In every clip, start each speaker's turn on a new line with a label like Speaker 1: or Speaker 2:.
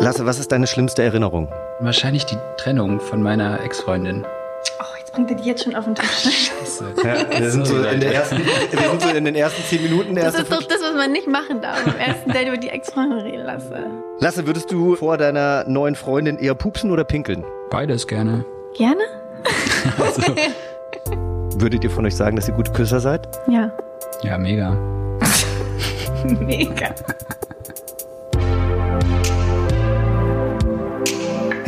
Speaker 1: Lasse, was ist deine schlimmste Erinnerung?
Speaker 2: Wahrscheinlich die Trennung von meiner Ex-Freundin.
Speaker 3: Oh, jetzt bringt er die jetzt schon auf den Tisch.
Speaker 2: Scheiße.
Speaker 1: Ja, wir, sind so in der ersten, wir sind so in den ersten zehn Minuten. Der
Speaker 3: Das
Speaker 1: erste
Speaker 3: ist doch das, was man nicht machen darf. Am ersten Date über die Ex-Freundin reden lasse.
Speaker 1: Lasse, würdest du vor deiner neuen Freundin eher pupsen oder pinkeln?
Speaker 2: Beides gerne.
Speaker 3: Gerne?
Speaker 2: Also,
Speaker 1: Würdet ihr von euch sagen, dass ihr gute Küsser seid?
Speaker 3: Ja.
Speaker 2: ja, mega.
Speaker 3: Mega.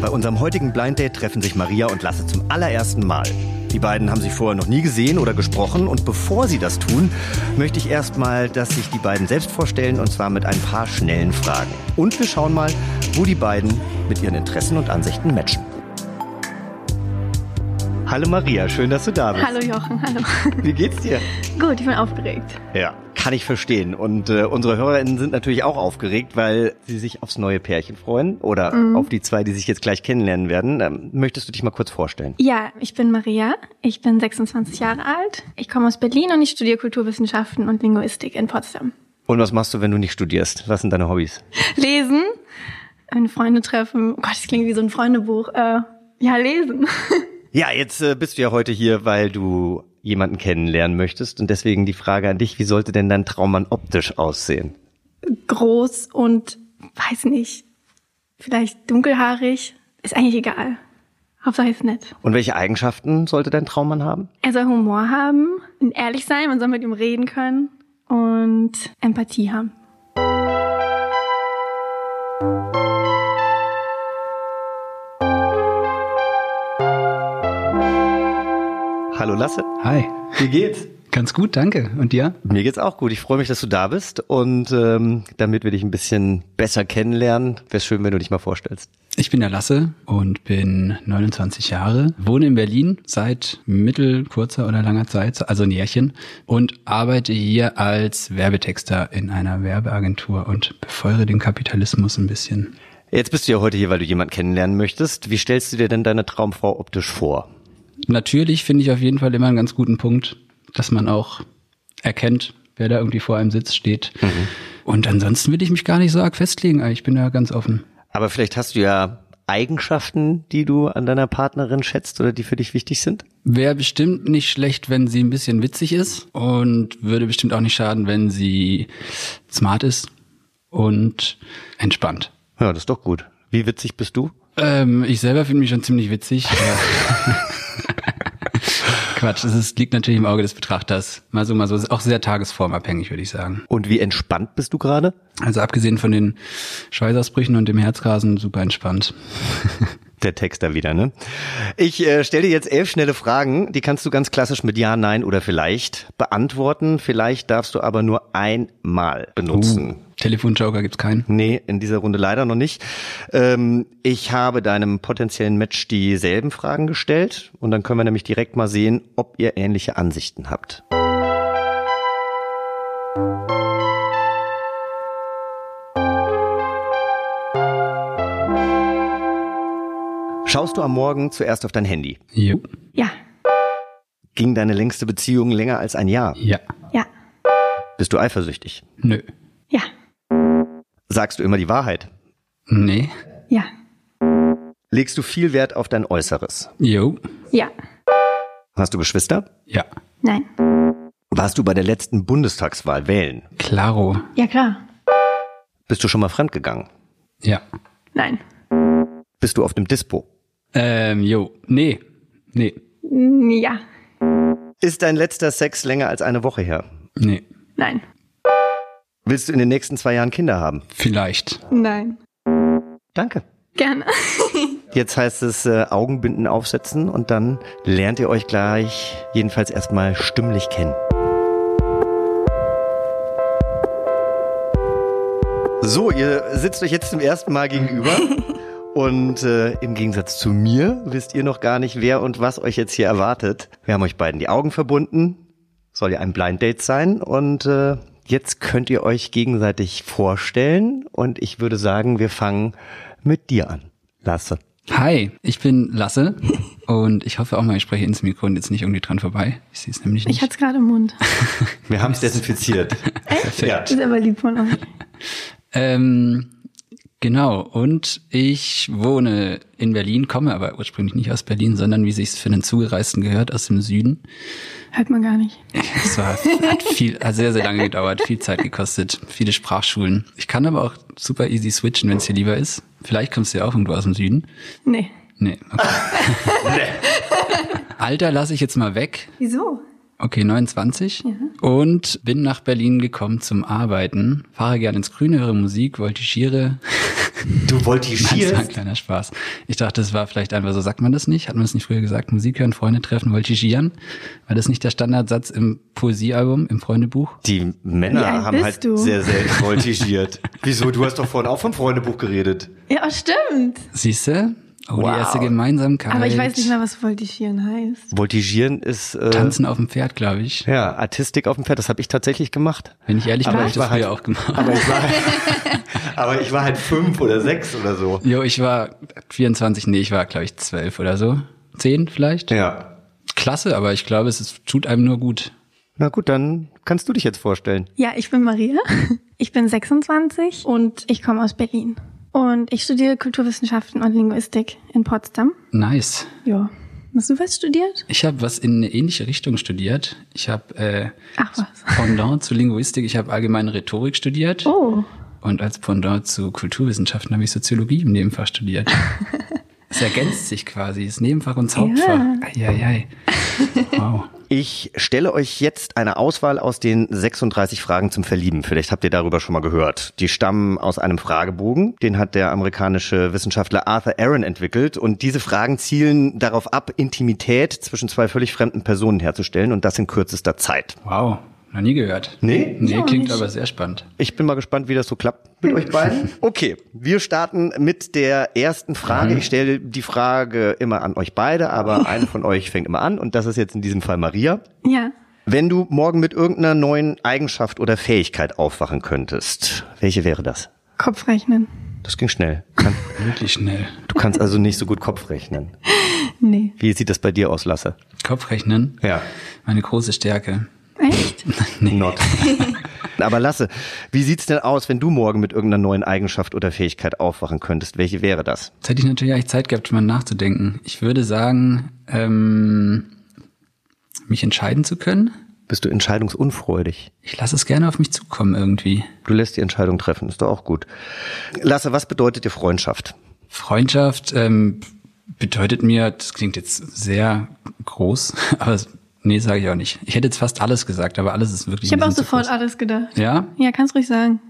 Speaker 1: Bei unserem heutigen Blind Date treffen sich Maria und Lasse zum allerersten Mal. Die beiden haben sich vorher noch nie gesehen oder gesprochen und bevor sie das tun, möchte ich erstmal, dass sich die beiden selbst vorstellen und zwar mit ein paar schnellen Fragen. Und wir schauen mal, wo die beiden mit ihren Interessen und Ansichten matchen. Hallo Maria, schön, dass du da bist.
Speaker 3: Hallo Jochen, hallo.
Speaker 1: Wie geht's dir?
Speaker 3: Gut, ich bin aufgeregt.
Speaker 1: Ja, kann ich verstehen. Und äh, unsere HörerInnen sind natürlich auch aufgeregt, weil sie sich aufs neue Pärchen freuen oder auf die zwei, die sich jetzt gleich kennenlernen werden. Ähm, möchtest du dich mal kurz vorstellen?
Speaker 3: Ja, ich bin Maria. Ich bin 26 Jahre alt. Ich komme aus Berlin und ich studiere Kulturwissenschaften und Linguistik in Potsdam.
Speaker 1: Und was machst du, wenn du nicht studierst? Was sind deine Hobbys?
Speaker 3: Lesen, meine Freunde treffen. Oh Gott, das klingt wie so ein Freundebuch. Äh, ja, lesen.
Speaker 1: Ja, jetzt äh, bist du ja heute hier, weil du jemanden kennenlernen möchtest. Und deswegen die Frage an dich, wie sollte denn dein Traummann optisch aussehen?
Speaker 3: Groß und, weiß nicht, vielleicht dunkelhaarig. Ist eigentlich egal. Hauptsache ist nett.
Speaker 1: Und welche Eigenschaften sollte dein Traummann haben?
Speaker 3: Er soll Humor haben und ehrlich sein. Man soll mit ihm reden können und Empathie haben.
Speaker 1: Hallo Lasse,
Speaker 2: Hi.
Speaker 1: wie geht's?
Speaker 2: Ganz gut, danke. Und dir?
Speaker 1: Mir geht's auch gut. Ich freue mich, dass du da bist. Und ähm, damit wir dich ein bisschen besser kennenlernen, wäre schön, wenn du dich mal vorstellst.
Speaker 2: Ich bin der Lasse und bin 29 Jahre, wohne in Berlin seit mittel, kurzer oder langer Zeit, also ein Jährchen, und arbeite hier als Werbetexter in einer Werbeagentur und befeuere den Kapitalismus ein bisschen.
Speaker 1: Jetzt bist du ja heute hier, weil du jemanden kennenlernen möchtest. Wie stellst du dir denn deine Traumfrau optisch vor?
Speaker 2: Natürlich finde ich auf jeden Fall immer einen ganz guten Punkt, dass man auch erkennt, wer da irgendwie vor einem Sitz steht. Und ansonsten will ich mich gar nicht so arg festlegen. Ich bin da ganz offen.
Speaker 1: Aber vielleicht hast du ja Eigenschaften, die du an deiner Partnerin schätzt oder die für dich wichtig sind?
Speaker 2: Wäre bestimmt nicht schlecht, wenn sie ein bisschen witzig ist und würde bestimmt auch nicht schaden, wenn sie smart ist und entspannt.
Speaker 1: Ja, das ist doch gut. Wie witzig bist du?
Speaker 2: Ähm, ich selber finde mich schon ziemlich witzig. aber- Quatsch, es ist, liegt natürlich im Auge des Betrachters. Mal so, mal so. Ist auch sehr tagesformabhängig, würde ich sagen.
Speaker 1: Und wie entspannt bist du gerade?
Speaker 2: Also abgesehen von den Schweißausbrüchen und dem Herzrasen, super entspannt.
Speaker 1: Der Texter wieder, ne? Ich äh, stelle dir jetzt elf schnelle Fragen, die kannst du ganz klassisch mit Ja, Nein oder vielleicht beantworten. Vielleicht darfst du aber nur einmal benutzen.
Speaker 2: Telefonjoker gibt's keinen.
Speaker 1: Nee, in dieser Runde leider noch nicht. Ähm, ich habe deinem potenziellen Match dieselben Fragen gestellt und dann können wir nämlich direkt mal sehen, ob ihr ähnliche Ansichten habt. Schaust du am Morgen zuerst auf dein Handy?
Speaker 2: Jo.
Speaker 3: Ja,
Speaker 1: Ging deine längste Beziehung länger als ein Jahr?
Speaker 2: Ja.
Speaker 3: ja,
Speaker 1: Bist du eifersüchtig?
Speaker 2: Nö.
Speaker 3: ja,
Speaker 1: Sagst du immer die Wahrheit?
Speaker 2: Nee.
Speaker 3: ja,
Speaker 1: Legst du viel Wert auf dein Äußeres?
Speaker 2: Jo.
Speaker 3: ja,
Speaker 1: Hast du Geschwister?
Speaker 2: Ja.
Speaker 3: nein.
Speaker 1: Warst du bei der letzten Bundestagswahl wählen?
Speaker 2: Claro.
Speaker 3: Ja, klar.
Speaker 1: Bist du schon mal fremdgegangen?
Speaker 2: Ja.
Speaker 3: Nein.
Speaker 1: Bist du auf dem Dispo?
Speaker 2: Ähm, jo. Nee. Nee.
Speaker 3: Mm, Ja,
Speaker 1: Ist dein letzter Sex länger als eine Woche her?
Speaker 2: Nee.
Speaker 3: nein.
Speaker 1: Willst du in den nächsten zwei Jahren Kinder haben?
Speaker 2: Vielleicht.
Speaker 3: Nein.
Speaker 1: Danke.
Speaker 3: Gerne.
Speaker 1: Jetzt heißt es äh, Augenbinden aufsetzen und dann lernt ihr euch gleich jedenfalls erstmal stimmlich kennen. So, ihr sitzt euch jetzt zum ersten Mal gegenüber Und äh, im Gegensatz zu mir wisst ihr noch gar nicht, wer und was euch jetzt hier erwartet. Wir haben euch beiden die Augen verbunden. Soll ja ein Blind Date sein. Und äh, jetzt könnt ihr euch gegenseitig vorstellen. Und ich würde sagen, wir fangen mit dir an. Lasse.
Speaker 2: Hi, ich bin Lasse und ich hoffe auch mal, ich spreche ins Mikro und jetzt nicht irgendwie dran vorbei. Ich sehe es nämlich nicht.
Speaker 3: Ich hatte es gerade im Mund.
Speaker 1: Wir haben es desinfiziert. Ja.
Speaker 3: Ist aber lieb von euch.
Speaker 2: Ähm, genau, und ich wohne in Berlin, komme aber ursprünglich nicht aus Berlin, sondern wie sich's für einen Zugereisten gehört, aus dem Süden.
Speaker 3: Hört man gar nicht.
Speaker 2: Es war, hat viel, hat sehr, sehr lange gedauert, viel Zeit gekostet, viele Sprachschulen. Ich kann aber auch super easy switchen, wenn es dir lieber ist. Vielleicht kommst du ja auch irgendwo aus dem Süden.
Speaker 3: Nee.
Speaker 2: Nee, okay. Alter lasse ich jetzt mal weg.
Speaker 3: Wieso?
Speaker 2: Okay, 29. Und bin nach Berlin gekommen zum Arbeiten. Fahre gerne ins Grüne, höre Musik, voltigiere.
Speaker 1: Du
Speaker 2: Das war ein
Speaker 1: voltigierst.
Speaker 2: kleiner Spaß. Ich dachte, es war vielleicht einfach so, sagt man das nicht? Hat man das nicht früher gesagt? Musik hören, Freunde treffen, voltigieren? War das nicht der Standardsatz im Poesiealbum, im Freundebuch?
Speaker 1: Die
Speaker 3: Wie
Speaker 1: Männer
Speaker 3: alt
Speaker 1: haben
Speaker 3: bist
Speaker 1: halt
Speaker 3: du?
Speaker 1: sehr selten voltigiert. Wieso? Du hast doch vorhin auch vom Freundebuch geredet.
Speaker 3: Ja, stimmt.
Speaker 2: Siehste? Oh,
Speaker 1: Wow.
Speaker 2: die erste Gemeinsamkeit.
Speaker 3: Aber ich weiß nicht mehr, was voltigieren heißt.
Speaker 1: Voltigieren ist äh,
Speaker 2: Tanzen auf dem Pferd, glaube ich.
Speaker 1: ja Artistik auf dem Pferd. Das habe ich tatsächlich gemacht.
Speaker 2: Wenn ich ehrlich bin,
Speaker 1: Aber
Speaker 2: habe
Speaker 1: ich
Speaker 2: ich das
Speaker 1: war
Speaker 2: früher
Speaker 1: halt-
Speaker 2: auch gemacht.
Speaker 1: Aber ich war, aber ich war halt fünf oder sechs oder so.
Speaker 2: Jo, ich war 24, nee, ich war, glaube ich, 12 oder so. 10 vielleicht?
Speaker 1: Ja.
Speaker 2: Klasse, aber ich glaube, es ist, tut einem nur gut.
Speaker 1: Na gut, dann kannst du dich jetzt vorstellen.
Speaker 3: Ja, ich bin Maria. Ich bin 26 und ich komme aus Berlin. Und ich studiere Kulturwissenschaften und Linguistik in Potsdam.
Speaker 2: Nice.
Speaker 3: Ja. Hast du was studiert?
Speaker 2: Ich habe was in eine ähnliche Richtung studiert. Ich habe äh,
Speaker 3: Ach was.
Speaker 2: Pendant zu Linguistik, ich habe allgemeine Rhetorik studiert
Speaker 3: Oh,
Speaker 2: und als Pendant zu Kulturwissenschaften habe ich Soziologie im Nebenfach studiert. Es ergänzt sich quasi, ist Nebenfach und das Hauptfach. Eieiei. Wow.
Speaker 1: Ich stelle euch jetzt eine Auswahl aus den 36 Fragen zum Verlieben. Vielleicht habt ihr darüber schon mal gehört. Die stammen aus einem Fragebogen, den hat der amerikanische Wissenschaftler Arthur Aaron entwickelt. Und diese Fragen zielen darauf ab, Intimität zwischen zwei völlig fremden Personen herzustellen und das in kürzester Zeit.
Speaker 2: Wow. Noch nie gehört.
Speaker 1: Nee?
Speaker 2: Nee,
Speaker 3: auch
Speaker 2: klingt
Speaker 3: nicht.
Speaker 2: aber sehr spannend.
Speaker 1: Ich bin mal gespannt, wie das so klappt mit euch beiden. Okay, wir starten mit der ersten Frage. Ich stelle die Frage immer an euch beide, aber eine von euch fängt immer an und das ist jetzt in diesem Fall Maria.
Speaker 3: ja.
Speaker 1: Wenn du morgen mit irgendeiner neuen Eigenschaft oder Fähigkeit aufwachen könntest, welche wäre das?
Speaker 3: Kopfrechnen.
Speaker 1: Das ging schnell. Kann-
Speaker 2: Wirklich schnell.
Speaker 1: Du kannst also nicht so gut Kopf rechnen.
Speaker 3: Nee.
Speaker 1: Wie sieht das bei dir aus, Lasse?
Speaker 2: Kopfrechnen.
Speaker 1: Ja.
Speaker 2: Meine große Stärke.
Speaker 3: Echt?
Speaker 1: Not. Aber Lasse, wie sieht's denn aus, wenn du morgen mit irgendeiner neuen Eigenschaft oder Fähigkeit aufwachen könntest? Welche wäre das?
Speaker 2: Jetzt hätte ich natürlich eigentlich Zeit gehabt, schon mal nachzudenken. Ich würde sagen, ähm, mich entscheiden zu können.
Speaker 1: Bist du entscheidungsunfreudig?
Speaker 2: Ich lasse es gerne auf mich zukommen irgendwie.
Speaker 1: Du lässt die Entscheidung treffen, ist doch auch gut. Lasse, was bedeutet dir Freundschaft?
Speaker 2: Freundschaft ähm, bedeutet mir, das klingt jetzt sehr groß, aber es- nee, sage ich auch nicht. Ich hätte jetzt fast alles gesagt, aber alles ist wirklich.
Speaker 3: Ich habe
Speaker 2: ein
Speaker 3: auch
Speaker 2: bisschen zu
Speaker 3: sofort
Speaker 2: groß.
Speaker 3: alles gedacht.
Speaker 2: Ja,
Speaker 3: Ja, kannst ruhig sagen.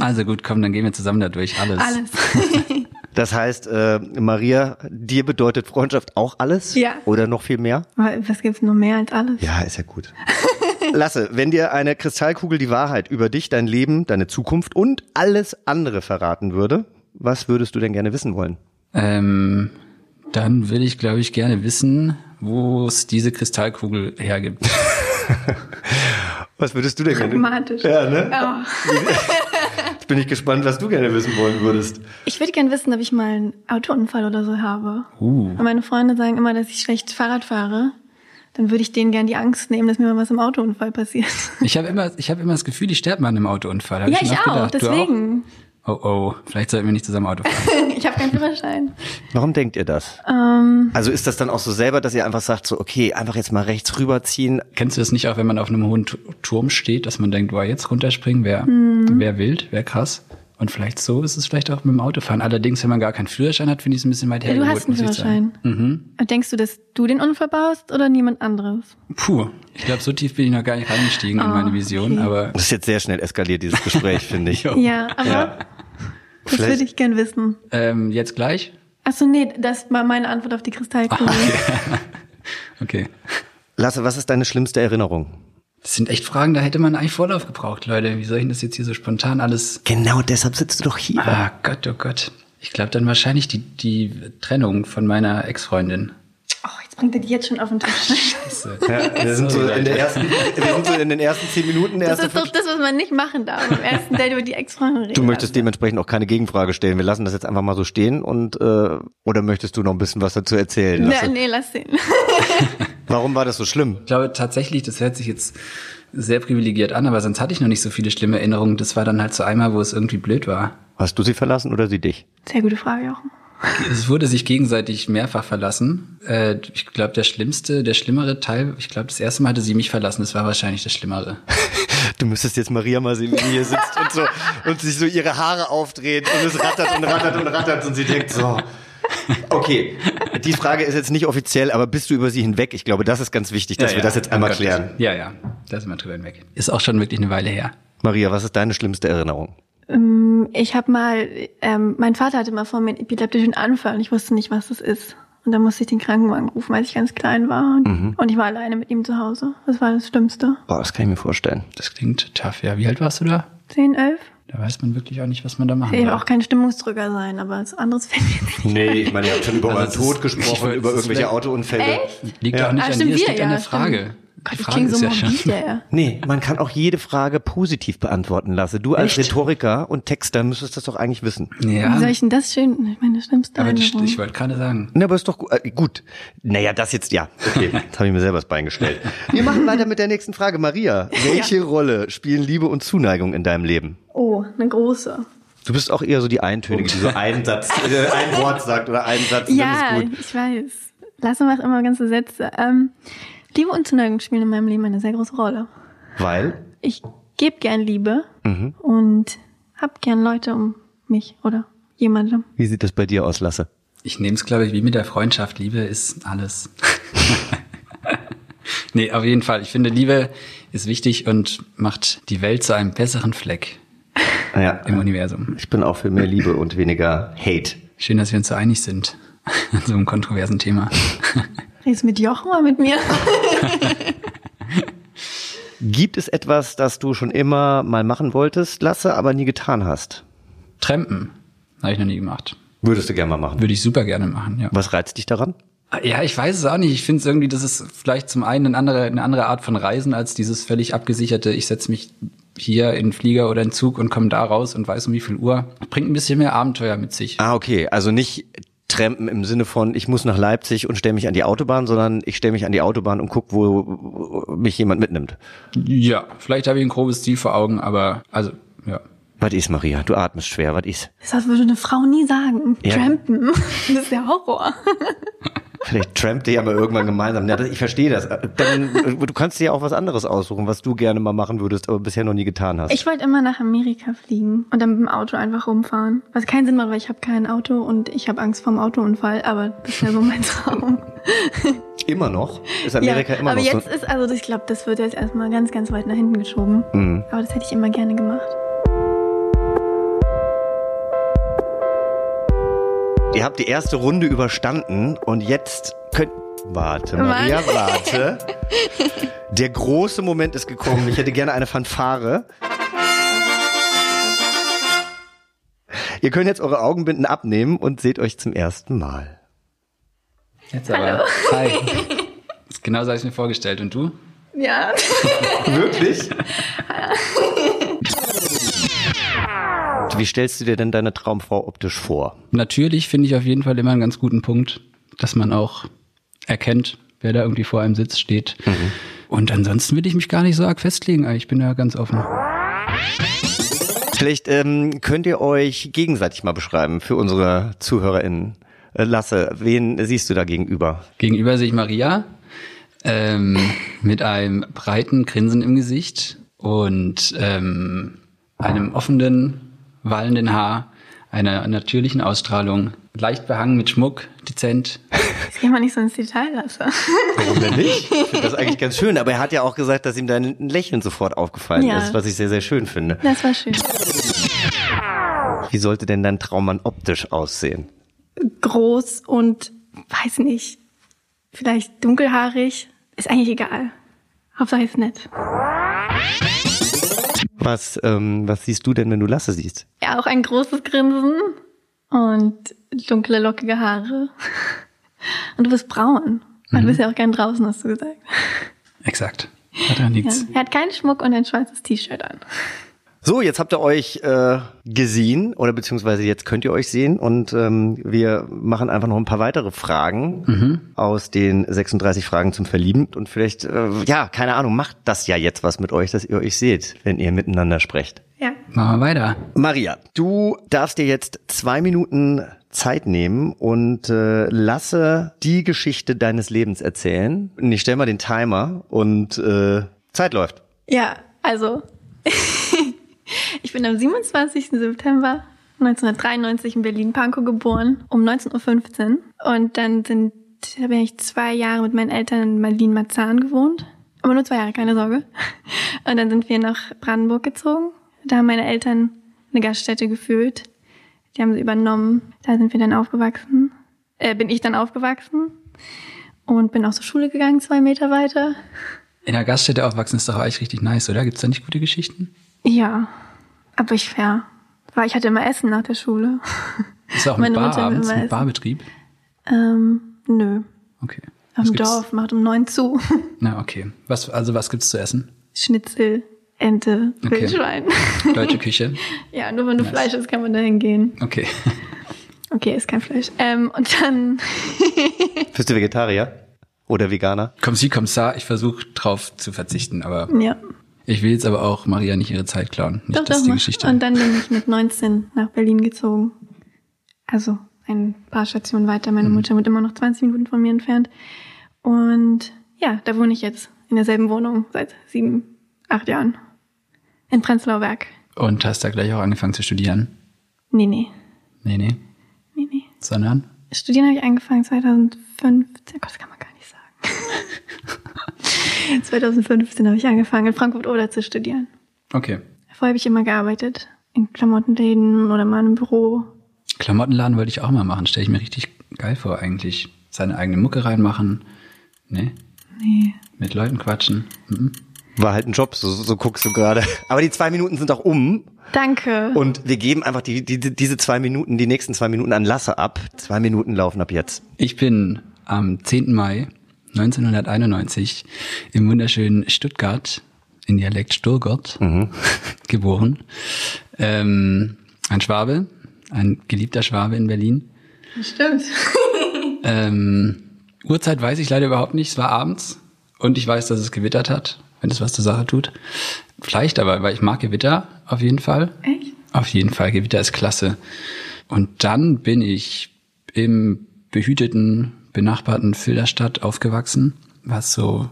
Speaker 2: also gut, komm, dann gehen wir zusammen dadurch. Alles.
Speaker 3: Alles.
Speaker 1: Das heißt, äh, Maria, dir bedeutet Freundschaft auch alles?
Speaker 3: Ja.
Speaker 1: Oder noch viel mehr?
Speaker 3: Weil, Was gibt's noch mehr als alles?
Speaker 1: Ja, ist ja gut. Lasse, wenn dir eine Kristallkugel die Wahrheit über dich, dein Leben, deine Zukunft und alles andere verraten würde, was würdest du denn gerne wissen wollen?
Speaker 2: Ähm, dann würde ich, glaube ich, gerne wissen, wo es diese Kristallkugel hergibt.
Speaker 1: Was würdest du denn
Speaker 3: Pragmatisch.
Speaker 1: Ja, ne?
Speaker 3: Oh.
Speaker 1: Jetzt bin ich gespannt, was du gerne wissen wollen würdest.
Speaker 3: Ich würde gern wissen, ob ich mal einen Autounfall oder so habe.
Speaker 2: Uh.
Speaker 3: Und meine Freunde sagen immer, dass ich schlecht Fahrrad fahre. Dann würde ich denen gern die Angst nehmen, dass mir mal was im Autounfall passiert.
Speaker 2: Ich habe immer, ich habe immer das Gefühl, ich sterbe mal in einem Autounfall. Hab
Speaker 3: ja,
Speaker 2: schon
Speaker 3: ich
Speaker 2: oft
Speaker 3: auch.
Speaker 2: gedacht. Du
Speaker 3: Deswegen.
Speaker 2: Oh oh, vielleicht sollten wir nicht zusammen Auto fahren.
Speaker 3: Ich habe keinen Führerschein.
Speaker 1: Warum denkt ihr das?
Speaker 3: Ähm.
Speaker 1: Also ist das dann auch so selber, dass ihr einfach sagt, so, okay, einfach jetzt mal rechts rüberziehen,
Speaker 2: Kennst du das nicht auch, wenn man auf einem hohen Tu- Turm steht, dass man denkt, wow, jetzt runterspringen, wäre
Speaker 3: Mhm.
Speaker 2: wär wild, wäre krass. Und vielleicht so ist es vielleicht auch mit dem Autofahren. Allerdings, wenn man gar keinen Führerschein hat, finde ich es ein bisschen weit
Speaker 3: Ja,
Speaker 2: hergeholt.
Speaker 3: du hast einen
Speaker 2: muss ich sagen. Mhm.
Speaker 3: Führerschein. Aber Denkst du, dass du den Unfall baust oder niemand anderes?
Speaker 2: Puh, ich glaube, so tief bin ich noch gar nicht reingestiegen in
Speaker 3: Ah,
Speaker 2: meine Vision, aber
Speaker 1: Das ist jetzt sehr schnell eskaliert, dieses Gespräch, finde ich.
Speaker 3: Ja, aber das
Speaker 1: Vielleicht-
Speaker 3: würde ich gern wissen.
Speaker 2: ähm, jetzt gleich?
Speaker 3: Achso, nee, das war meine Antwort auf die Kristallkugel.
Speaker 1: Ah,
Speaker 2: Okay.
Speaker 1: Lasse, was ist deine schlimmste Erinnerung?
Speaker 2: Das sind echt Fragen, da hätte man eigentlich Vorlauf gebraucht, Leute. Wie soll ich denn das jetzt hier so spontan alles
Speaker 1: Genau deshalb sitzt du doch hier.
Speaker 2: Ah Gott, oh Gott. Ich glaube dann wahrscheinlich die, die Trennung von meiner Ex-Freundin. äh,
Speaker 3: Oh, jetzt bringt er die jetzt schon auf den Tisch.
Speaker 2: Scheiße.
Speaker 1: Ja, wir, sind so in der ersten, wir sind so in den ersten zehn Minuten.
Speaker 3: Das
Speaker 1: Erste
Speaker 3: ist doch das, was man nicht machen darf. Im ersten Date über die Ex-Freundin reden.
Speaker 1: also Du möchtest dementsprechend auch keine Gegenfrage stellen. Wir lassen das jetzt einfach mal so stehen und äh, oder möchtest du noch ein bisschen was dazu erzählen?
Speaker 3: Na,
Speaker 1: Lasse?
Speaker 3: nee, lass den.
Speaker 1: Warum war das so schlimm?
Speaker 2: Ich glaube tatsächlich, das hört sich jetzt sehr privilegiert an, aber sonst hatte ich noch nicht so viele schlimme Erinnerungen. Das war dann halt so einmal, wo es irgendwie blöd war.
Speaker 1: Hast du sie verlassen oder sie dich?
Speaker 3: Sehr gute Frage, Jochen.
Speaker 2: Es wurde sich gegenseitig mehrfach verlassen. Äh, ich glaube, der schlimmste, der schlimmere Teil, ich glaube, das erste Mal hatte sie mich verlassen. Das war wahrscheinlich das Schlimmere.
Speaker 1: Du müsstest jetzt Maria mal sehen, wie sie hier sitzt und so und sich so ihre Haare aufdreht und es rattert und rattert und rattert und sie denkt so. Okay, die Frage ist jetzt nicht offiziell, aber bist du über sie hinweg? Ich glaube, das ist ganz wichtig, dass
Speaker 2: Ja,
Speaker 1: wir
Speaker 2: ja.
Speaker 1: das jetzt
Speaker 2: Oh
Speaker 1: einmal
Speaker 2: Gott.
Speaker 1: klären.
Speaker 2: Ja, ja. Da sind wir drüber hinweg. Ist auch schon wirklich eine Weile her.
Speaker 1: Maria, was ist deine schlimmste Erinnerung?
Speaker 3: Ich habe mal, ähm, mein Vater hatte mal vor mir einen epileptischen Anfall und ich wusste nicht, was das ist. Und dann musste ich den Krankenwagen rufen, als ich ganz klein war. Und,
Speaker 1: Mhm.
Speaker 3: und ich war alleine mit ihm zu Hause. Das war das Schlimmste.
Speaker 1: Boah, das kann ich mir vorstellen.
Speaker 2: Das klingt tough, ja. Wie alt warst du da?
Speaker 3: Zehn, elf?
Speaker 2: Da weiß man wirklich auch nicht, was man da machen
Speaker 3: Ich will
Speaker 2: soll.
Speaker 3: auch kein Stimmungsdrücker sein, aber das anderes fällt mir jetzt nicht.
Speaker 1: Nee, ich meine, ihr habt schon über
Speaker 2: Also
Speaker 1: euren
Speaker 2: es
Speaker 1: Tod
Speaker 2: ist- ich
Speaker 1: gesprochen,
Speaker 2: wollte-
Speaker 1: über
Speaker 2: es ist
Speaker 1: irgendwelche
Speaker 2: vielleicht-
Speaker 1: Autounfälle.
Speaker 2: Liegt auch nicht
Speaker 3: Ah,
Speaker 2: an
Speaker 3: stimmt,
Speaker 2: dir, es
Speaker 3: wir,
Speaker 2: liegt an
Speaker 3: ja,
Speaker 2: der Frage.
Speaker 3: stimmt.
Speaker 2: Die
Speaker 3: Gott, ich
Speaker 2: Frage
Speaker 3: klinge
Speaker 2: ist
Speaker 3: so
Speaker 2: ja schon.
Speaker 3: morbid, ja.
Speaker 1: Nee, man kann auch jede Frage positiv beantworten lassen. Du als
Speaker 2: Echt?
Speaker 1: Rhetoriker und Texter müsstest das doch eigentlich wissen.
Speaker 3: Wie soll
Speaker 2: Ja,
Speaker 3: ich denn das schön? Ich meine, das Schlimmste
Speaker 2: aber die,
Speaker 3: Erinnerung.
Speaker 2: ich wollte gerade sagen.
Speaker 1: Na, aber ist doch gu äh, gut. Naja, das jetzt, ja. Okay, jetzt habe ich mir selber das Bein gestellt. Wir machen weiter mit der nächsten Frage. Maria, welche Rolle spielen Liebe und Zuneigung in deinem Leben?
Speaker 3: Oh, eine große.
Speaker 1: Du bist auch eher so die Eintönige, die so einen Satz, äh, ein Wort sagt oder einen Satz. und
Speaker 3: Ja,
Speaker 1: Dann ist gut.
Speaker 3: ich weiß. Lassen wir es immer ganze Sätze. Ähm, Liebe und Zuneigung spielen in meinem Leben eine sehr große Rolle.
Speaker 1: Weil?
Speaker 3: Ich gebe gern Liebe
Speaker 2: Mhm.
Speaker 3: und hab gern Leute um mich oder jemandem.
Speaker 1: Wie sieht das bei dir aus, Lasse?
Speaker 2: Ich nehme es, glaube ich, wie mit der Freundschaft. Liebe ist alles. nee, auf jeden Fall. Ich finde, Liebe ist wichtig und macht die Welt zu einem besseren Fleck
Speaker 1: Naja,
Speaker 2: im Universum.
Speaker 1: ich bin auch für mehr Liebe und weniger Hate.
Speaker 2: Schön, dass wir uns so einig sind an so einem kontroversen Thema.
Speaker 3: Redest du mit Jochen oder mit mir?
Speaker 1: Gibt es etwas, das du schon immer mal machen wolltest, Lasse, aber nie getan hast?
Speaker 2: Trampen habe ich noch nie gemacht.
Speaker 1: Würdest du gerne mal machen.
Speaker 2: Würde ich super gerne machen, ja.
Speaker 1: Was reizt dich daran?
Speaker 2: Ja, ich weiß es auch nicht. Ich finde es irgendwie, das ist vielleicht zum einen eine andere, eine andere Art von Reisen als dieses völlig abgesicherte, ich setze mich hier in den Flieger oder in den Zug und komme da raus und weiß um wie viel Uhr. Bringt ein bisschen mehr Abenteuer mit sich.
Speaker 1: Ah, okay. Also nicht trampen im Sinne von, ich muss nach Leipzig und stelle mich an die Autobahn, sondern ich stelle mich an die Autobahn und guck, wo mich jemand mitnimmt.
Speaker 2: Ja, vielleicht habe ich ein grobes Ziel vor Augen, aber also, ja.
Speaker 1: Was ist, Maria? Du atmest schwer. Was ist?
Speaker 3: Das heißt, würde eine Frau nie sagen.
Speaker 1: Ja.
Speaker 3: Trampen. Das ist der Horror.
Speaker 1: Vielleicht trampt ihr ja mal irgendwann gemeinsam. Ja, das, ich verstehe das. Dann, äh, du kannst dir ja auch was anderes aussuchen, was du gerne mal machen würdest, aber bisher noch nie getan hast.
Speaker 3: Ich wollte immer nach Amerika fliegen und dann mit dem Auto einfach rumfahren. Was keinen Sinn macht, weil ich habe kein Auto und ich habe Angst vorm Autounfall, aber das wäre so mein Traum.
Speaker 1: immer noch? Ist Amerika
Speaker 3: ja,
Speaker 1: immer
Speaker 3: aber
Speaker 1: noch
Speaker 3: jetzt
Speaker 1: so?
Speaker 3: ist, also ich glaube, das wird jetzt erstmal ganz, ganz weit nach hinten geschoben.
Speaker 1: Mhm.
Speaker 3: Aber das hätte ich immer gerne gemacht.
Speaker 1: Ihr habt die erste Runde überstanden und jetzt könnt... Warte,
Speaker 3: Mann.
Speaker 1: Maria, warte. Der große Moment ist gekommen. Ich hätte gerne eine Fanfare. Ihr könnt jetzt eure Augenbinden abnehmen und seht euch zum ersten Mal.
Speaker 2: Jetzt aber. Hi. Ist Genau so habe ich es mir vorgestellt. Und du?
Speaker 3: Ja.
Speaker 1: Wirklich? Wie stellst du dir denn deine Traumfrau optisch vor?
Speaker 2: Natürlich finde ich auf jeden Fall immer einen ganz guten Punkt, dass man auch erkennt, wer da irgendwie vor einem sitzt, steht. Und ansonsten will ich mich gar nicht so arg festlegen. Ich bin da ganz offen.
Speaker 1: Vielleicht ähm, könnt ihr euch gegenseitig mal beschreiben für unsere ZuhörerInnen. Äh, Lasse, wen siehst du da gegenüber?
Speaker 2: Gegenüber sehe ich Maria ähm, mit einem breiten Grinsen im Gesicht und ähm, einem offenen, wallenden Haar, einer natürlichen Ausstrahlung, leicht behangen mit Schmuck, dezent.
Speaker 3: Das kann man nicht so ins Detail lassen.
Speaker 1: Warum denn nicht? Ich finde das eigentlich ganz schön, aber er hat ja auch gesagt, dass ihm dein Lächeln sofort aufgefallen
Speaker 3: Ja.
Speaker 1: ist, was ich sehr, sehr schön finde.
Speaker 3: Das war schön.
Speaker 1: Wie sollte denn dein Traummann optisch aussehen?
Speaker 3: Groß und, weiß nicht, vielleicht dunkelhaarig. Ist eigentlich egal. Hauptsache ist nett.
Speaker 1: Was, ähm, was siehst du denn, wenn du Lasse siehst?
Speaker 3: Ja, auch ein großes Grinsen und dunkle, lockige Haare. Und du bist braun. Weil Du bist ja auch gern draußen, hast du gesagt.
Speaker 2: Exakt. Hat er
Speaker 3: Ja.
Speaker 2: nichts.
Speaker 3: Er hat keinen Schmuck und ein schwarzes T-Shirt an.
Speaker 1: So, jetzt habt ihr euch äh, gesehen oder beziehungsweise jetzt könnt ihr euch sehen und ähm, wir machen einfach noch ein paar weitere Fragen aus den 36 Fragen zum Verlieben und vielleicht, äh, ja, keine Ahnung, macht das ja jetzt was mit euch, dass ihr euch seht, wenn ihr miteinander sprecht.
Speaker 3: Ja.
Speaker 2: Machen wir weiter.
Speaker 1: Maria, du darfst dir jetzt zwei Minuten Zeit nehmen und äh, lasse die Geschichte deines Lebens erzählen. Und ich stell mal den Timer und äh, Zeit läuft.
Speaker 3: Ja, also ich bin am 27. September 1993 in Berlin-Pankow geboren, um 19.15 Uhr. Und dann sind, da bin ich zwei Jahre mit meinen Eltern in Berlin-Marzahn gewohnt. Aber nur zwei Jahre, keine Sorge. Und dann sind wir nach Brandenburg gezogen. Da haben meine Eltern eine Gaststätte geführt. Die haben sie übernommen. Da sind wir dann aufgewachsen. Äh, bin ich dann aufgewachsen. Und bin auch zur Schule gegangen, zwei Meter weiter.
Speaker 2: In der Gaststätte aufwachsen ist doch eigentlich richtig nice, oder? Gibt's da nicht gute Geschichten?
Speaker 3: Ja, aber ich fair. Weil ich hatte immer Essen nach der Schule.
Speaker 2: Ist ja auch ein
Speaker 3: Meine
Speaker 2: Bar
Speaker 3: Mutter will
Speaker 2: abends,
Speaker 3: immer
Speaker 2: ein
Speaker 3: essen.
Speaker 2: Barbetrieb.
Speaker 3: Ähm, nö.
Speaker 2: Okay.
Speaker 3: Auf
Speaker 2: Was
Speaker 3: dem
Speaker 2: gibt's-
Speaker 3: Dorf, macht um neun zu.
Speaker 2: Na, okay. Was, also was gibt's zu essen?
Speaker 3: Schnitzel, Ente,
Speaker 2: Okay.
Speaker 3: Wildschwein.
Speaker 2: Deutsche Küche.
Speaker 3: ja, nur wenn du Fleisch isst, kann man da hingehen.
Speaker 2: Okay.
Speaker 3: Okay, ist kein Fleisch. Ähm, und dann,
Speaker 1: Bist du Vegetarier oder Veganer?
Speaker 2: Komm sie, komm sa, ich versuche drauf zu verzichten, aber
Speaker 3: ja.
Speaker 2: ich will jetzt aber auch Maria nicht ihre Zeit klauen. Nicht,
Speaker 3: Doch,
Speaker 2: dass
Speaker 3: doch,
Speaker 2: die
Speaker 3: mach.
Speaker 2: Geschichte.
Speaker 3: Und dann bin ich mit 19 nach Berlin gezogen. Also ein paar Stationen weiter.
Speaker 2: Mhm.
Speaker 3: Meine Mutter wird immer noch 20 Minuten von mir entfernt. Und ja, da wohne ich jetzt in derselben Wohnung seit sieben, acht Jahren. In Prenzlauer Berg.
Speaker 2: Und hast da gleich auch angefangen zu studieren?
Speaker 3: Nee, nee.
Speaker 2: Nee, nee.
Speaker 3: Nee, nee.
Speaker 2: Sondern?
Speaker 3: Studieren habe ich angefangen 2015. Gott, das kann man gar nicht sagen. 2015 habe ich angefangen, in Frankfurt-Oder zu studieren.
Speaker 2: Okay.
Speaker 3: Vorher habe ich immer gearbeitet. In Klamottenläden oder mal im Büro.
Speaker 2: Klamottenladen wollte ich auch mal machen. Stelle ich mir richtig geil vor eigentlich. Seine eigene Mucke reinmachen. Nee.
Speaker 3: Nee.
Speaker 2: Mit Leuten quatschen. Mhm.
Speaker 1: War halt ein Job, so, so guckst du gerade. Aber die zwei Minuten sind auch um
Speaker 3: Danke.
Speaker 1: und wir geben einfach die, die, diese zwei Minuten, die nächsten zwei Minuten an Lasse ab. Zwei Minuten laufen ab jetzt.
Speaker 2: Ich bin am 10. Mai 1991 im wunderschönen Stuttgart, in Dialekt Sturgott, geboren. Ähm, ein Schwabe, ein geliebter Schwabe in Berlin.
Speaker 3: Stimmt.
Speaker 2: Ähm, Uhrzeit weiß ich leider überhaupt nicht. Es war abends und ich weiß, dass es gewittert hat, wenn es was zur Sache tut. Vielleicht aber, weil ich mag Gewitter auf jeden Fall.
Speaker 3: Echt?
Speaker 2: Auf jeden Fall, Gewitter ist klasse. Und dann bin ich im behüteten, benachbarten Filderstadt aufgewachsen, was so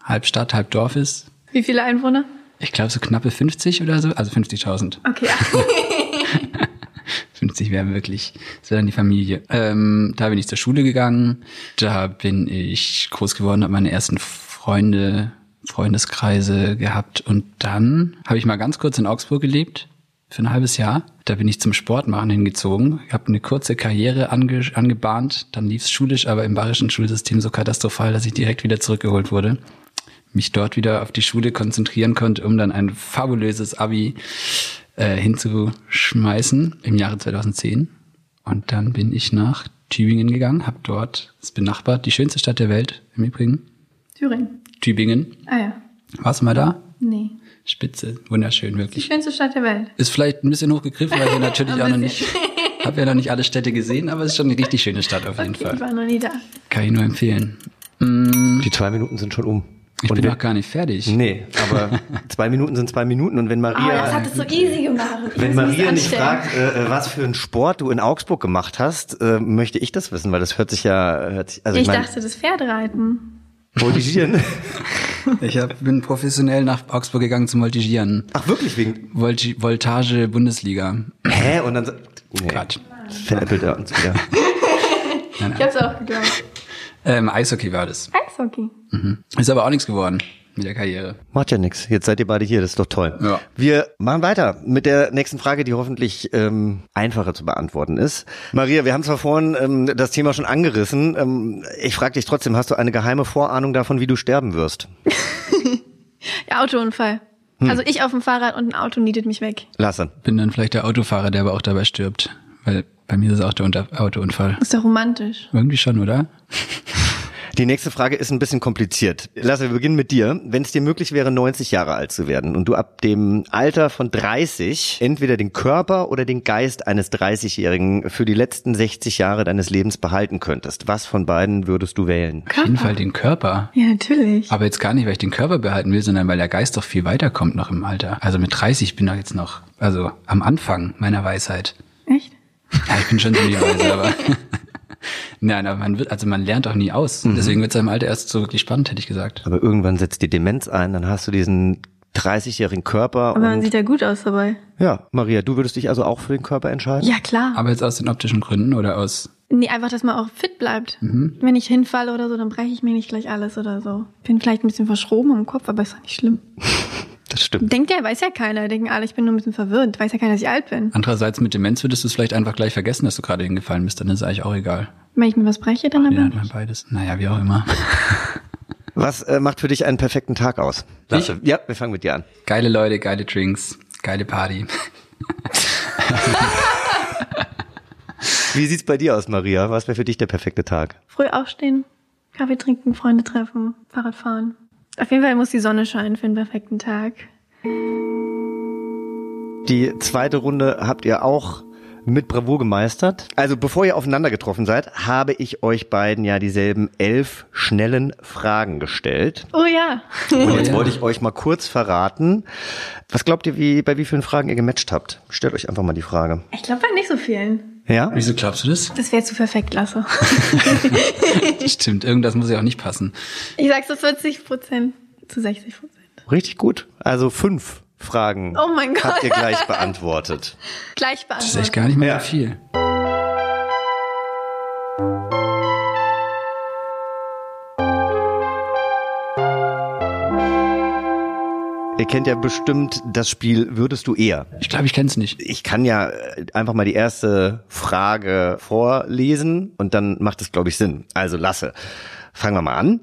Speaker 2: halb Stadt, halb Dorf ist.
Speaker 3: Wie viele Einwohner?
Speaker 2: Ich glaube so knappe 50 oder so, also 50.000.
Speaker 3: Okay.
Speaker 2: 50 wäre wirklich, das wäre dann die Familie. Ähm, da bin ich zur Schule gegangen, da bin ich groß geworden, habe meine ersten Freunde, Freundeskreise gehabt und dann habe ich mal ganz kurz in Augsburg gelebt, für ein halbes Jahr. Da bin ich zum Sportmachen hingezogen, habe eine kurze Karriere ange angebahnt, dann lief es schulisch, aber im bayerischen Schulsystem so katastrophal, dass ich direkt wieder zurückgeholt wurde mich dort wieder auf die Schule konzentrieren konnte, um dann ein fabulöses Abi äh, hinzuschmeißen im Jahre 2010. Und dann bin ich nach Tübingen gegangen, habe dort, es benachbart, die schönste Stadt der Welt im Übrigen,
Speaker 3: Thüringen.
Speaker 2: Tübingen.
Speaker 3: Ah ja.
Speaker 2: Warst du mal da?
Speaker 3: Nee.
Speaker 2: Spitze, wunderschön,
Speaker 3: Die
Speaker 2: wirklich.
Speaker 3: schönste Stadt der Welt.
Speaker 2: Ist vielleicht ein bisschen hochgegriffen, weil ich natürlich auch noch nicht, habe ja noch nicht alle Städte gesehen, aber es ist schon eine richtig schöne Stadt auf jeden
Speaker 3: Okay, ich
Speaker 2: Fall.
Speaker 3: war noch nie da.
Speaker 2: Kann ich nur empfehlen. Mm,
Speaker 1: Die zwei Minuten sind schon um.
Speaker 2: Ich
Speaker 1: und
Speaker 2: bin
Speaker 1: wir,
Speaker 2: noch gar nicht fertig.
Speaker 1: Nee, aber zwei Minuten sind zwei Minuten und wenn
Speaker 3: Oh,
Speaker 1: Maria,
Speaker 3: das hat es so easy gemacht.
Speaker 1: wenn
Speaker 3: Ich muss mich
Speaker 1: Maria nicht
Speaker 3: anstellen.
Speaker 1: fragt, äh, äh, was für einen Sport du in Augsburg gemacht hast, äh, möchte ich das wissen, weil das hört sich ja, hört sich, also
Speaker 3: Ich
Speaker 1: ich, meine,
Speaker 3: dachte, das Pferdereiten.
Speaker 1: voltigieren.
Speaker 2: Ich hab, bin professionell nach Augsburg gegangen zum Voltigieren.
Speaker 1: Ach wirklich wegen,
Speaker 2: Volti Voltage Bundesliga.
Speaker 1: hä? Und dann, so- nee,
Speaker 2: Quatsch.
Speaker 1: veräppelt er uns wieder.
Speaker 3: Ich hab's auch geglaubt.
Speaker 2: Ähm, Eishockey war das.
Speaker 3: Eishockey.
Speaker 2: Ist aber auch nichts geworden mit der Karriere.
Speaker 1: Macht ja nichts. Jetzt seid ihr beide hier, das ist doch toll.
Speaker 2: Ja.
Speaker 1: Wir machen weiter mit der nächsten Frage, die hoffentlich ähm, einfacher zu beantworten ist. Maria, wir haben zwar vorhin ähm, das Thema schon angerissen. Ähm, ich frage dich trotzdem, hast du eine geheime Vorahnung davon, wie du sterben wirst?
Speaker 3: Ja, Autounfall.
Speaker 1: Hm.
Speaker 3: Also ich auf dem Fahrrad und ein Auto nietet mich weg.
Speaker 1: Lasse.
Speaker 2: Bin dann vielleicht der Autofahrer, der aber auch dabei stirbt, Weil bei mir ist es auch der Unter Autounfall.
Speaker 3: Ist doch romantisch.
Speaker 2: Irgendwie schon, oder?
Speaker 1: Die nächste Frage ist ein bisschen kompliziert. Lass, wir beginnen mit dir. Wenn es dir möglich wäre, 90 Jahre alt zu werden und du ab dem Alter von 30 entweder den Körper oder den Geist eines 30-Jährigen für die letzten 60 Jahre deines Lebens behalten könntest, was von beiden würdest du wählen?
Speaker 2: Auf jeden Fall den Körper.
Speaker 3: Ja, natürlich.
Speaker 2: Aber jetzt gar nicht, weil ich den Körper behalten will, sondern weil der Geist doch viel weiterkommt noch im Alter. Also mit 30 bin ich jetzt noch, also am Anfang meiner Weisheit.
Speaker 3: Echt?
Speaker 2: Ja, ich bin schon ziemlich weise, aber. Nein, aber man wird, also man lernt auch nie aus. Deswegen wird es im Alter erst so wirklich spannend, hätte ich gesagt.
Speaker 1: Aber irgendwann setzt die Demenz ein, dann hast du diesen 30-jährigen Körper
Speaker 3: Aber man
Speaker 1: und
Speaker 3: sieht ja gut aus dabei.
Speaker 1: ja, Maria, du würdest dich also auch für den Körper entscheiden?
Speaker 3: Ja, klar.
Speaker 2: Aber jetzt aus den optischen Gründen oder aus.
Speaker 3: Nee, einfach, dass man auch fit bleibt.
Speaker 2: Mhm.
Speaker 3: Wenn ich hinfalle oder so, dann breche ich mir nicht gleich alles oder so. Bin vielleicht ein bisschen verschroben im Kopf, aber ist doch nicht schlimm.
Speaker 1: Das stimmt.
Speaker 3: Denkt ja, weiß ja keiner. Denken alle, ich bin nur ein bisschen verwirrt. Weiß ja keiner, dass ich alt bin.
Speaker 2: Andererseits mit Demenz würdest du es vielleicht einfach gleich vergessen, dass du gerade hingefallen bist. Dann ist es eigentlich auch egal.
Speaker 3: Wenn ich mir was breche, dann
Speaker 2: Ja,
Speaker 3: aber.
Speaker 2: man beides. Naja, wie auch immer.
Speaker 1: Was äh, macht für dich einen perfekten Tag aus? Lasse, ja, wir fangen mit dir an.
Speaker 2: Geile Leute, geile Drinks, geile Party.
Speaker 1: Wie sieht's bei dir aus, Maria? Was wäre für dich der perfekte Tag?
Speaker 3: Früh aufstehen, Kaffee trinken, Freunde treffen, Fahrrad fahren. Auf jeden Fall muss die Sonne scheinen für einen perfekten Tag.
Speaker 1: Die zweite Runde habt ihr auch mit Bravour gemeistert. Also bevor ihr aufeinander getroffen seid, habe ich euch beiden ja dieselben elf schnellen Fragen gestellt.
Speaker 3: Oh ja.
Speaker 1: Und jetzt
Speaker 2: ja.
Speaker 1: wollte ich euch mal kurz verraten, was glaubt ihr, wie, bei wie vielen Fragen ihr gematcht habt? Stellt euch einfach mal die Frage.
Speaker 3: Ich glaube bei nicht so vielen.
Speaker 1: Ja?
Speaker 2: Wieso glaubst du das?
Speaker 3: Das wäre zu perfekt, Lasse.
Speaker 2: Stimmt, irgendwas muss ja auch nicht passen.
Speaker 3: Ich sag so 40 Prozent zu 60 Prozent.
Speaker 1: Richtig gut. Also fünf Fragen
Speaker 3: Oh mein Gott.
Speaker 1: habt ihr gleich beantwortet.
Speaker 3: Gleich
Speaker 2: Das ist echt
Speaker 3: beantwortet.
Speaker 2: gar nicht mehr
Speaker 1: Ja.
Speaker 2: so viel.
Speaker 1: Ihr kennt ja bestimmt das Spiel Würdest du eher?
Speaker 2: Ich glaube, ich kenne es nicht.
Speaker 1: Ich kann ja äh, einfach mal die erste Frage vorlesen und dann macht es, glaube ich, Sinn. Also lasse. Fangen wir mal an.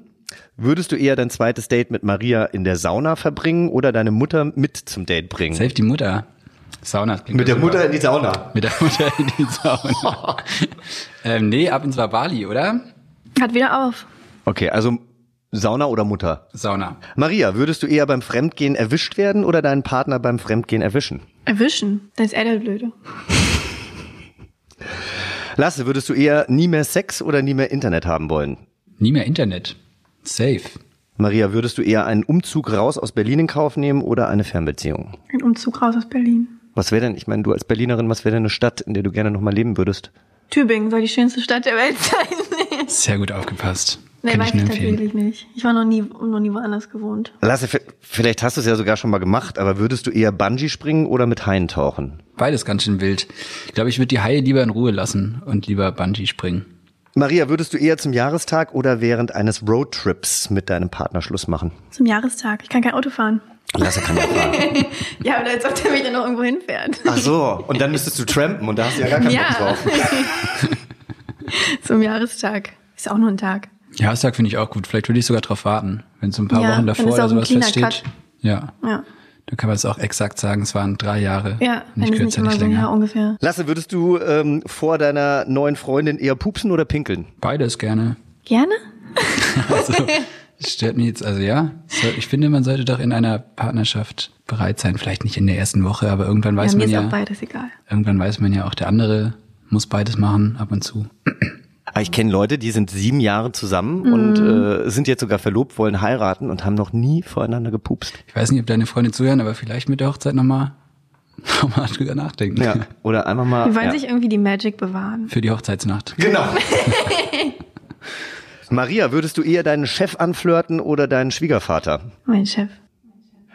Speaker 1: Würdest du eher dein zweites Date mit Maria in der Sauna verbringen oder deine Mutter mit zum Date bringen?
Speaker 2: Safe die Mutter. Sauna. klingt
Speaker 1: Mit der
Speaker 2: super.
Speaker 1: Mutter in die Sauna.
Speaker 2: Mit der Mutter in die Sauna. ähm, nee, ab ins Bali, oder?
Speaker 3: Hat wieder auf.
Speaker 1: Okay, also Sauna oder Mutter?
Speaker 2: Sauna.
Speaker 1: Maria, würdest du eher beim Fremdgehen erwischt werden oder deinen Partner beim Fremdgehen erwischen?
Speaker 3: Erwischen. Dann ist er der Blöde.
Speaker 1: Lasse, würdest du eher nie mehr Sex oder nie mehr Internet haben wollen?
Speaker 2: Nie mehr Internet. Safe.
Speaker 1: Maria, würdest du eher einen Umzug raus aus Berlin in Kauf nehmen oder eine Fernbeziehung?
Speaker 3: Ein Umzug raus aus Berlin.
Speaker 1: Was wäre denn, ich meine, du als Berlinerin, was wäre denn eine Stadt, in der du gerne nochmal leben würdest?
Speaker 3: Tübingen soll die schönste Stadt der Welt sein.
Speaker 2: Sehr gut aufgepasst.
Speaker 3: nee,
Speaker 2: Kann
Speaker 3: weiß
Speaker 2: ich nur
Speaker 3: ich
Speaker 2: empfehlen.
Speaker 3: tatsächlich nicht. Ich war noch nie, noch nie woanders gewohnt.
Speaker 1: Lasse, vi- vielleicht hast du es ja sogar schon mal gemacht, aber würdest du eher Bungee springen oder mit Haien tauchen?
Speaker 2: Beides ganz schön wild. Ich glaube, ich würde die Haie lieber in Ruhe lassen und lieber Bungee springen.
Speaker 1: Maria, würdest du eher zum Jahrestag oder während eines Roadtrips mit deinem Partner Schluss machen?
Speaker 3: Zum Jahrestag. Ich kann kein Auto fahren.
Speaker 1: Lasse kann ja fahren.
Speaker 3: Ja, aber als ob der mich dann noch irgendwo hinfährt.
Speaker 1: Ach so, und dann müsstest du trampen und da hast du ja gar keinen Bock
Speaker 3: Ja.
Speaker 1: drauf.
Speaker 3: Zum Jahrestag. Ist auch nur ein Tag.
Speaker 2: Jahrestag finde ich auch gut. Vielleicht würde ich sogar drauf warten, wenn so ein paar
Speaker 3: Ja,
Speaker 2: Wochen
Speaker 3: dann
Speaker 2: davor
Speaker 3: ist auch
Speaker 2: oder
Speaker 3: ein
Speaker 2: sowas
Speaker 3: cleaner
Speaker 2: feststeht.
Speaker 3: Cut.
Speaker 2: Ja.
Speaker 3: Ja.
Speaker 2: Dann kann man es auch exakt sagen, es waren drei Jahre.
Speaker 3: Ja,
Speaker 2: nicht
Speaker 3: wenn es nicht
Speaker 2: kürzer,
Speaker 3: immer
Speaker 2: nicht
Speaker 3: so ein Jahr
Speaker 2: länger.
Speaker 3: ungefähr.
Speaker 1: Lasse, würdest du ähm, vor deiner neuen Freundin eher pupsen oder pinkeln?
Speaker 2: Beides gerne.
Speaker 3: Gerne?
Speaker 2: Also, das stört mich jetzt, also ja. So, Ich finde, man sollte doch in einer Partnerschaft bereit sein. Vielleicht nicht in der ersten Woche, aber irgendwann weiß
Speaker 3: ja, mir
Speaker 2: man
Speaker 3: ist
Speaker 2: ja.
Speaker 3: auch beides egal.
Speaker 2: Irgendwann weiß man ja auch, der andere muss beides machen, ab und zu.
Speaker 1: Ah, Ich kenne Leute, die sind sieben Jahre zusammen und
Speaker 3: Mhm.
Speaker 1: äh, sind jetzt sogar verlobt, wollen heiraten und haben noch nie voreinander gepupst.
Speaker 2: Ich weiß nicht, ob deine Freunde zuhören, aber vielleicht mit der Hochzeit nochmal noch mal drüber nachdenken.
Speaker 1: Ja. Oder einfach mal.
Speaker 2: Ah,
Speaker 3: Wir wollen
Speaker 1: ja.
Speaker 3: sich irgendwie die Magic bewahren.
Speaker 2: Für die Hochzeitsnacht.
Speaker 1: Genau. Maria, würdest du eher deinen Chef anflirten oder deinen Schwiegervater?
Speaker 3: Mein Chef.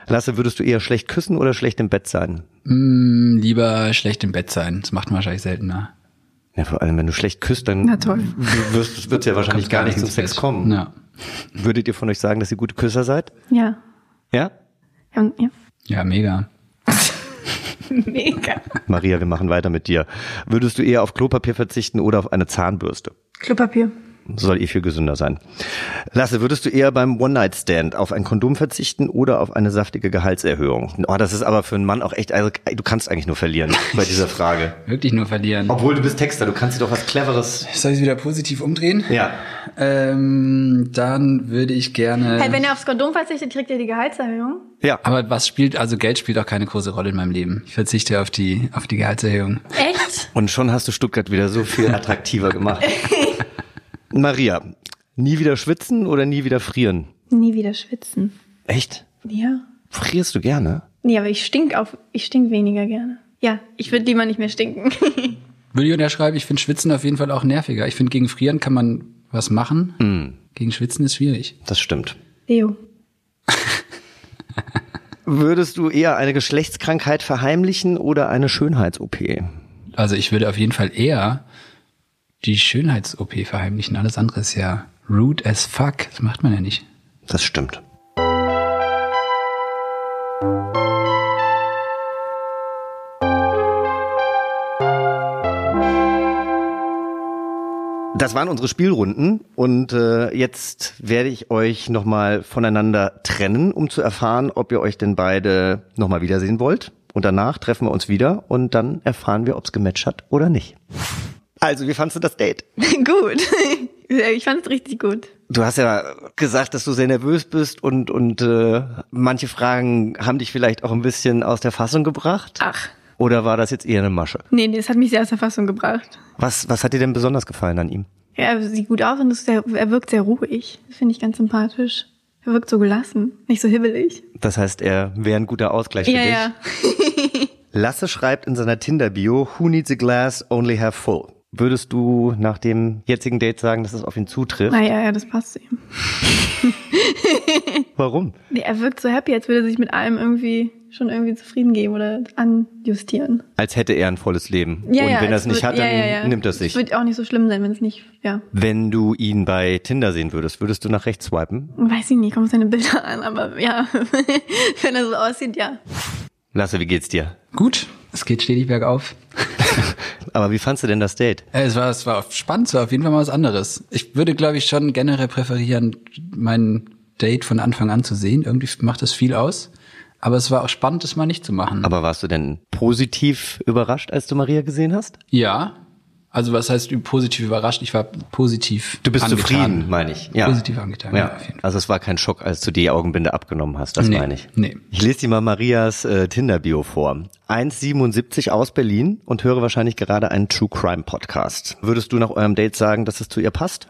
Speaker 1: Lasse, würdest du eher schlecht küssen oder schlecht im Bett sein?
Speaker 2: Hm, lieber schlecht im Bett sein. Das macht man wahrscheinlich seltener.
Speaker 1: Ja, vor allem, wenn du schlecht küsst, dann
Speaker 3: Na toll.
Speaker 1: wirst wird's ja wahrscheinlich
Speaker 2: Kommt
Speaker 1: gar nicht zum
Speaker 2: ins
Speaker 1: Sex
Speaker 2: Bett.
Speaker 1: kommen.
Speaker 2: Ja.
Speaker 1: Würdet ihr von euch sagen, dass ihr gute Küsser seid?
Speaker 3: Ja.
Speaker 1: Ja?
Speaker 3: ja, und- ja.
Speaker 2: ja, mega.
Speaker 3: Mega.
Speaker 1: Maria, wir machen weiter mit dir. Würdest du eher auf Klopapier verzichten oder auf eine Zahnbürste?
Speaker 3: Klopapier.
Speaker 1: Soll eh viel gesünder sein. Lasse, würdest du eher beim One-Night-Stand auf ein Kondom verzichten oder auf eine saftige Gehaltserhöhung? Oh, das ist aber für einen Mann auch echt, also du kannst eigentlich nur verlieren bei dieser Frage.
Speaker 2: Wirklich nur verlieren.
Speaker 1: Obwohl du bist Texter, du kannst dir doch was Cleveres.
Speaker 2: Soll ich es wieder positiv umdrehen?
Speaker 1: Ja.
Speaker 2: Ähm, dann würde ich gerne.
Speaker 3: Hey, wenn ihr aufs Kondom verzichtet, kriegt ihr die Gehaltserhöhung.
Speaker 1: Ja.
Speaker 2: aber was spielt, also Geld spielt auch keine große Rolle in meinem Leben. Ich verzichte auf die, auf die Gehaltserhöhung.
Speaker 3: Echt?
Speaker 1: Und schon hast du Stuttgart wieder so viel attraktiver gemacht. Maria, nie wieder schwitzen oder nie wieder frieren?
Speaker 3: Nie wieder schwitzen.
Speaker 1: Echt?
Speaker 3: Ja.
Speaker 1: Frierst du gerne?
Speaker 3: Nee, aber ich stink auf, ich stink weniger gerne. Ja, ich würde lieber nicht mehr stinken.
Speaker 2: Würde ich unterschreiben, ich finde Schwitzen auf jeden Fall auch nerviger. Ich finde, gegen Frieren kann man was machen.
Speaker 1: Mhm.
Speaker 2: Gegen Schwitzen ist schwierig.
Speaker 1: Das stimmt.
Speaker 3: Leo.
Speaker 1: Würdest du eher eine Geschlechtskrankheit verheimlichen oder eine Schönheits-OP?
Speaker 2: Also ich würde auf jeden Fall eher die Schönheits-OP verheimlichen. Alles andere ist ja rude as fuck. Das macht man ja nicht.
Speaker 1: Das stimmt. Das waren unsere Spielrunden und äh, jetzt werde ich euch nochmal voneinander trennen, um zu erfahren, ob ihr euch denn beide nochmal wiedersehen wollt. Und danach treffen wir uns wieder und dann erfahren wir, ob es gematcht hat oder nicht. Also, wie fandst du das Date?
Speaker 3: gut. ich fand's richtig gut.
Speaker 1: Du hast ja gesagt, dass du sehr nervös bist und und äh, manche Fragen haben dich vielleicht auch ein bisschen aus der Fassung gebracht.
Speaker 3: Ach.
Speaker 1: Oder war das jetzt eher eine Masche?
Speaker 3: Nee, nee, das hat mich sehr aus der Fassung gebracht.
Speaker 1: Was was hat dir denn besonders gefallen an ihm?
Speaker 3: Er sieht gut aus und ist sehr, er wirkt sehr ruhig. Das finde ich ganz sympathisch. Er wirkt so gelassen, nicht so hibbelig.
Speaker 1: Das heißt, er wäre ein guter Ausgleich für
Speaker 3: ja,
Speaker 1: dich.
Speaker 3: ja.
Speaker 1: Lasse schreibt in seiner Tinder-Bio: Who needs a glass? Only have full. Würdest du nach dem jetzigen Date sagen, dass es auf ihn zutrifft?
Speaker 3: Ah, ja, ja, das passt zu ihm.
Speaker 1: Warum?
Speaker 3: Nee, er wirkt so happy, als würde er sich mit allem irgendwie schon irgendwie zufrieden geben oder anjustieren.
Speaker 1: Als hätte er ein volles Leben.
Speaker 3: Ja,
Speaker 1: und
Speaker 3: ja,
Speaker 1: wenn er
Speaker 3: es
Speaker 1: es nicht
Speaker 3: wird-
Speaker 1: hat, dann
Speaker 3: ja, ja, ja.
Speaker 1: nimmt er es sich.
Speaker 3: Es wird auch nicht so schlimm sein, wenn es nicht, ja.
Speaker 1: Wenn du ihn bei Tinder sehen würdest, würdest du nach rechts swipen?
Speaker 3: Weiß ich nicht, kommt seine Bilder an, aber ja, wenn er so aussieht, ja.
Speaker 1: Lasse, wie geht's dir?
Speaker 2: Gut, es geht stetig bergauf.
Speaker 1: Aber wie fandst du denn das Date?
Speaker 2: Äh, Es war, es war spannend, es war auf jeden Fall mal was anderes. Ich würde, glaube ich, schon generell präferieren, mein Date von Anfang an zu sehen. Irgendwie macht das viel aus. Aber es war auch spannend, das mal nicht zu machen.
Speaker 1: Aber warst du denn positiv überrascht, als du Maria gesehen hast?
Speaker 2: ja. Also was heißt positiv überrascht? Ich war positiv angetan.
Speaker 1: meine ich.
Speaker 2: Positiv angetan, ja,
Speaker 1: Ja.
Speaker 2: auf jeden Fall.
Speaker 1: Also es war kein Schock, als du die Augenbinde abgenommen hast, das
Speaker 2: Nee,
Speaker 1: meine ich.
Speaker 2: nee.
Speaker 1: Ich lese dir mal Marias äh, Tinder-Bio vor. 1,77 aus Berlin und höre wahrscheinlich gerade einen True Crime Podcast. Würdest du nach eurem Date sagen, dass es zu ihr passt?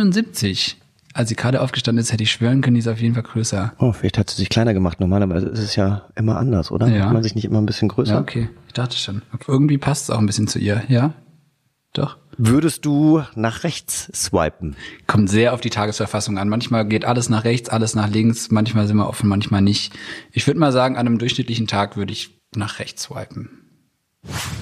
Speaker 2: 1,77. Als sie gerade aufgestanden ist, hätte ich schwören können, die ist auf jeden Fall größer.
Speaker 1: Oh, vielleicht hat sie sich kleiner gemacht. Normalerweise ist es ja immer anders, oder?
Speaker 2: Ja.
Speaker 1: Macht man sich nicht immer ein bisschen größer?
Speaker 2: Ja, okay. Ich dachte schon. Okay. Irgendwie passt es auch ein bisschen zu ihr, ja? Doch.
Speaker 1: Würdest du nach rechts swipen?
Speaker 2: Kommt sehr auf die Tagesverfassung an. Manchmal geht alles nach rechts, alles nach links, manchmal sind wir offen, manchmal nicht. Ich würde mal sagen, an einem durchschnittlichen Tag würde ich nach rechts swipen.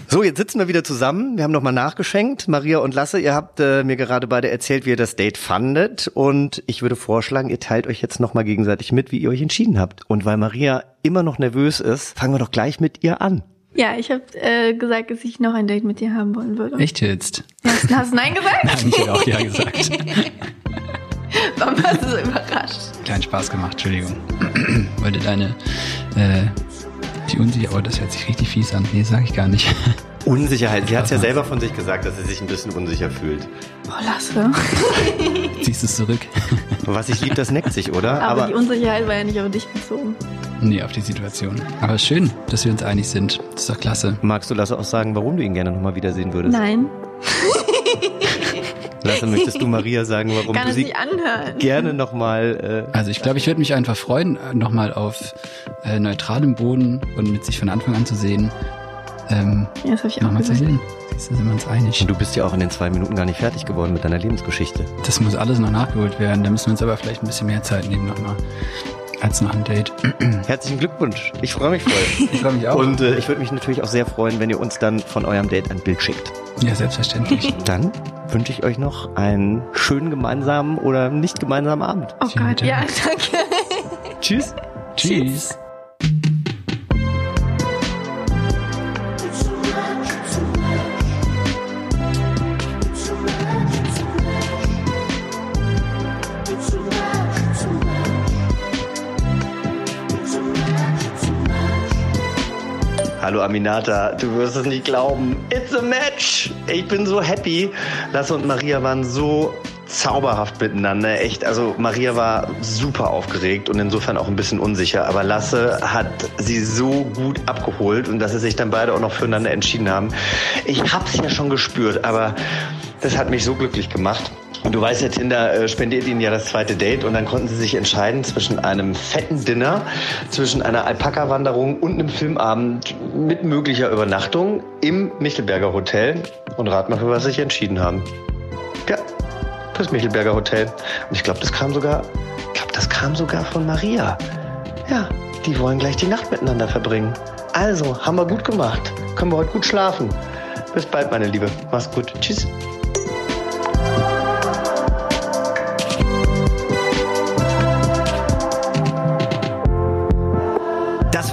Speaker 1: So, jetzt sitzen wir wieder zusammen. Wir haben nochmal nachgeschenkt. Maria und Lasse, ihr habt äh, mir gerade beide erzählt, wie ihr das Date fandet. Und ich würde vorschlagen, ihr teilt euch jetzt nochmal gegenseitig mit, wie ihr euch entschieden habt. Und weil Maria immer noch nervös ist, fangen wir doch gleich mit ihr an.
Speaker 3: Ja, ich habe äh, gesagt, dass ich noch ein Date mit dir haben wollen würde.
Speaker 2: Echt jetzt?
Speaker 3: Hast, hast du Nein gesagt?
Speaker 2: Ich hätte auch ja gesagt.
Speaker 3: Warum warst du so überrascht?
Speaker 2: Kleinen Spaß gemacht, Entschuldigung. Wollte deine, äh, die Unsicherheit, oh, das hört sich richtig fies an. Nee, sag ich gar nicht.
Speaker 1: Unsicherheit. Sie hat ja selber von sich gesagt, dass sie sich ein bisschen unsicher fühlt.
Speaker 3: Oh, Lasse.
Speaker 2: Ziehst es zurück?
Speaker 1: Was ich lieb, das neckt sich, oder?
Speaker 3: Aber, die
Speaker 1: Aber
Speaker 3: Unsicherheit war ja nicht auf dich bezogen.
Speaker 2: Nee, auf die Situation. Aber schön, dass wir uns einig sind. Das ist doch klasse.
Speaker 1: magst du Lasse auch sagen, warum du ihn gerne nochmal wiedersehen würdest?
Speaker 3: Nein,
Speaker 1: Lasse, möchtest du Maria sagen, warum
Speaker 3: kann
Speaker 1: du
Speaker 3: es
Speaker 1: sie
Speaker 3: nicht anhören.
Speaker 1: gerne nochmal... Äh,
Speaker 2: Also ich glaube, ich würde mich einfach freuen, äh, nochmal auf äh, neutralem Boden und mit sich von Anfang an zu sehen. Ähm,
Speaker 3: Ja, das habe ich auch
Speaker 2: nochmal zu
Speaker 3: gesagt.
Speaker 2: sehen. Siehst du, sind wir uns einig.
Speaker 1: und du bist ja auch in den zwei Minuten gar nicht fertig geworden mit deiner Lebensgeschichte.
Speaker 2: Das muss alles noch nachgeholt werden. Da müssen wir uns aber vielleicht ein bisschen mehr Zeit nehmen nochmal. Als noch ein Date.
Speaker 1: Herzlichen Glückwunsch. Ich freue mich voll.
Speaker 2: Ich freue mich auch.
Speaker 1: Und äh, ich würde mich natürlich auch sehr freuen, wenn ihr uns dann von eurem Date ein Bild schickt.
Speaker 2: ja, selbstverständlich.
Speaker 1: Dann wünsche ich euch noch einen schönen gemeinsamen oder nicht gemeinsamen Abend.
Speaker 3: Oh
Speaker 2: Vielen
Speaker 3: Gott, ja,
Speaker 2: Dank.
Speaker 3: danke.
Speaker 1: Tschüss.
Speaker 2: Tschüss.
Speaker 1: Hallo Aminata, du wirst es nicht glauben. It's a match! Ich bin so happy. Lasse und Maria waren so zauberhaft miteinander. Echt, also Maria war super aufgeregt und insofern auch ein bisschen unsicher. Aber Lasse hat sie so gut abgeholt und dass sie sich dann beide auch noch füreinander entschieden haben. Ich hab's ja schon gespürt, aber das hat mich so glücklich gemacht. Und du weißt ja, Tinder äh, spendiert ihnen ja das zweite Date und dann konnten sie sich entscheiden zwischen einem fetten Dinner, zwischen einer Alpaka-Wanderung und einem Filmabend mit möglicher Übernachtung im Michelberger Hotel. Und rat mal, für was sie sich entschieden haben. Ja, das Michelberger Hotel. Und ich glaube, das kam sogar, ich glaube, das kam sogar von Maria. Ja, die wollen gleich die Nacht miteinander verbringen. Also, haben wir gut gemacht. Können wir heute gut schlafen. Bis bald, meine Liebe. Mach's gut. Tschüss. Das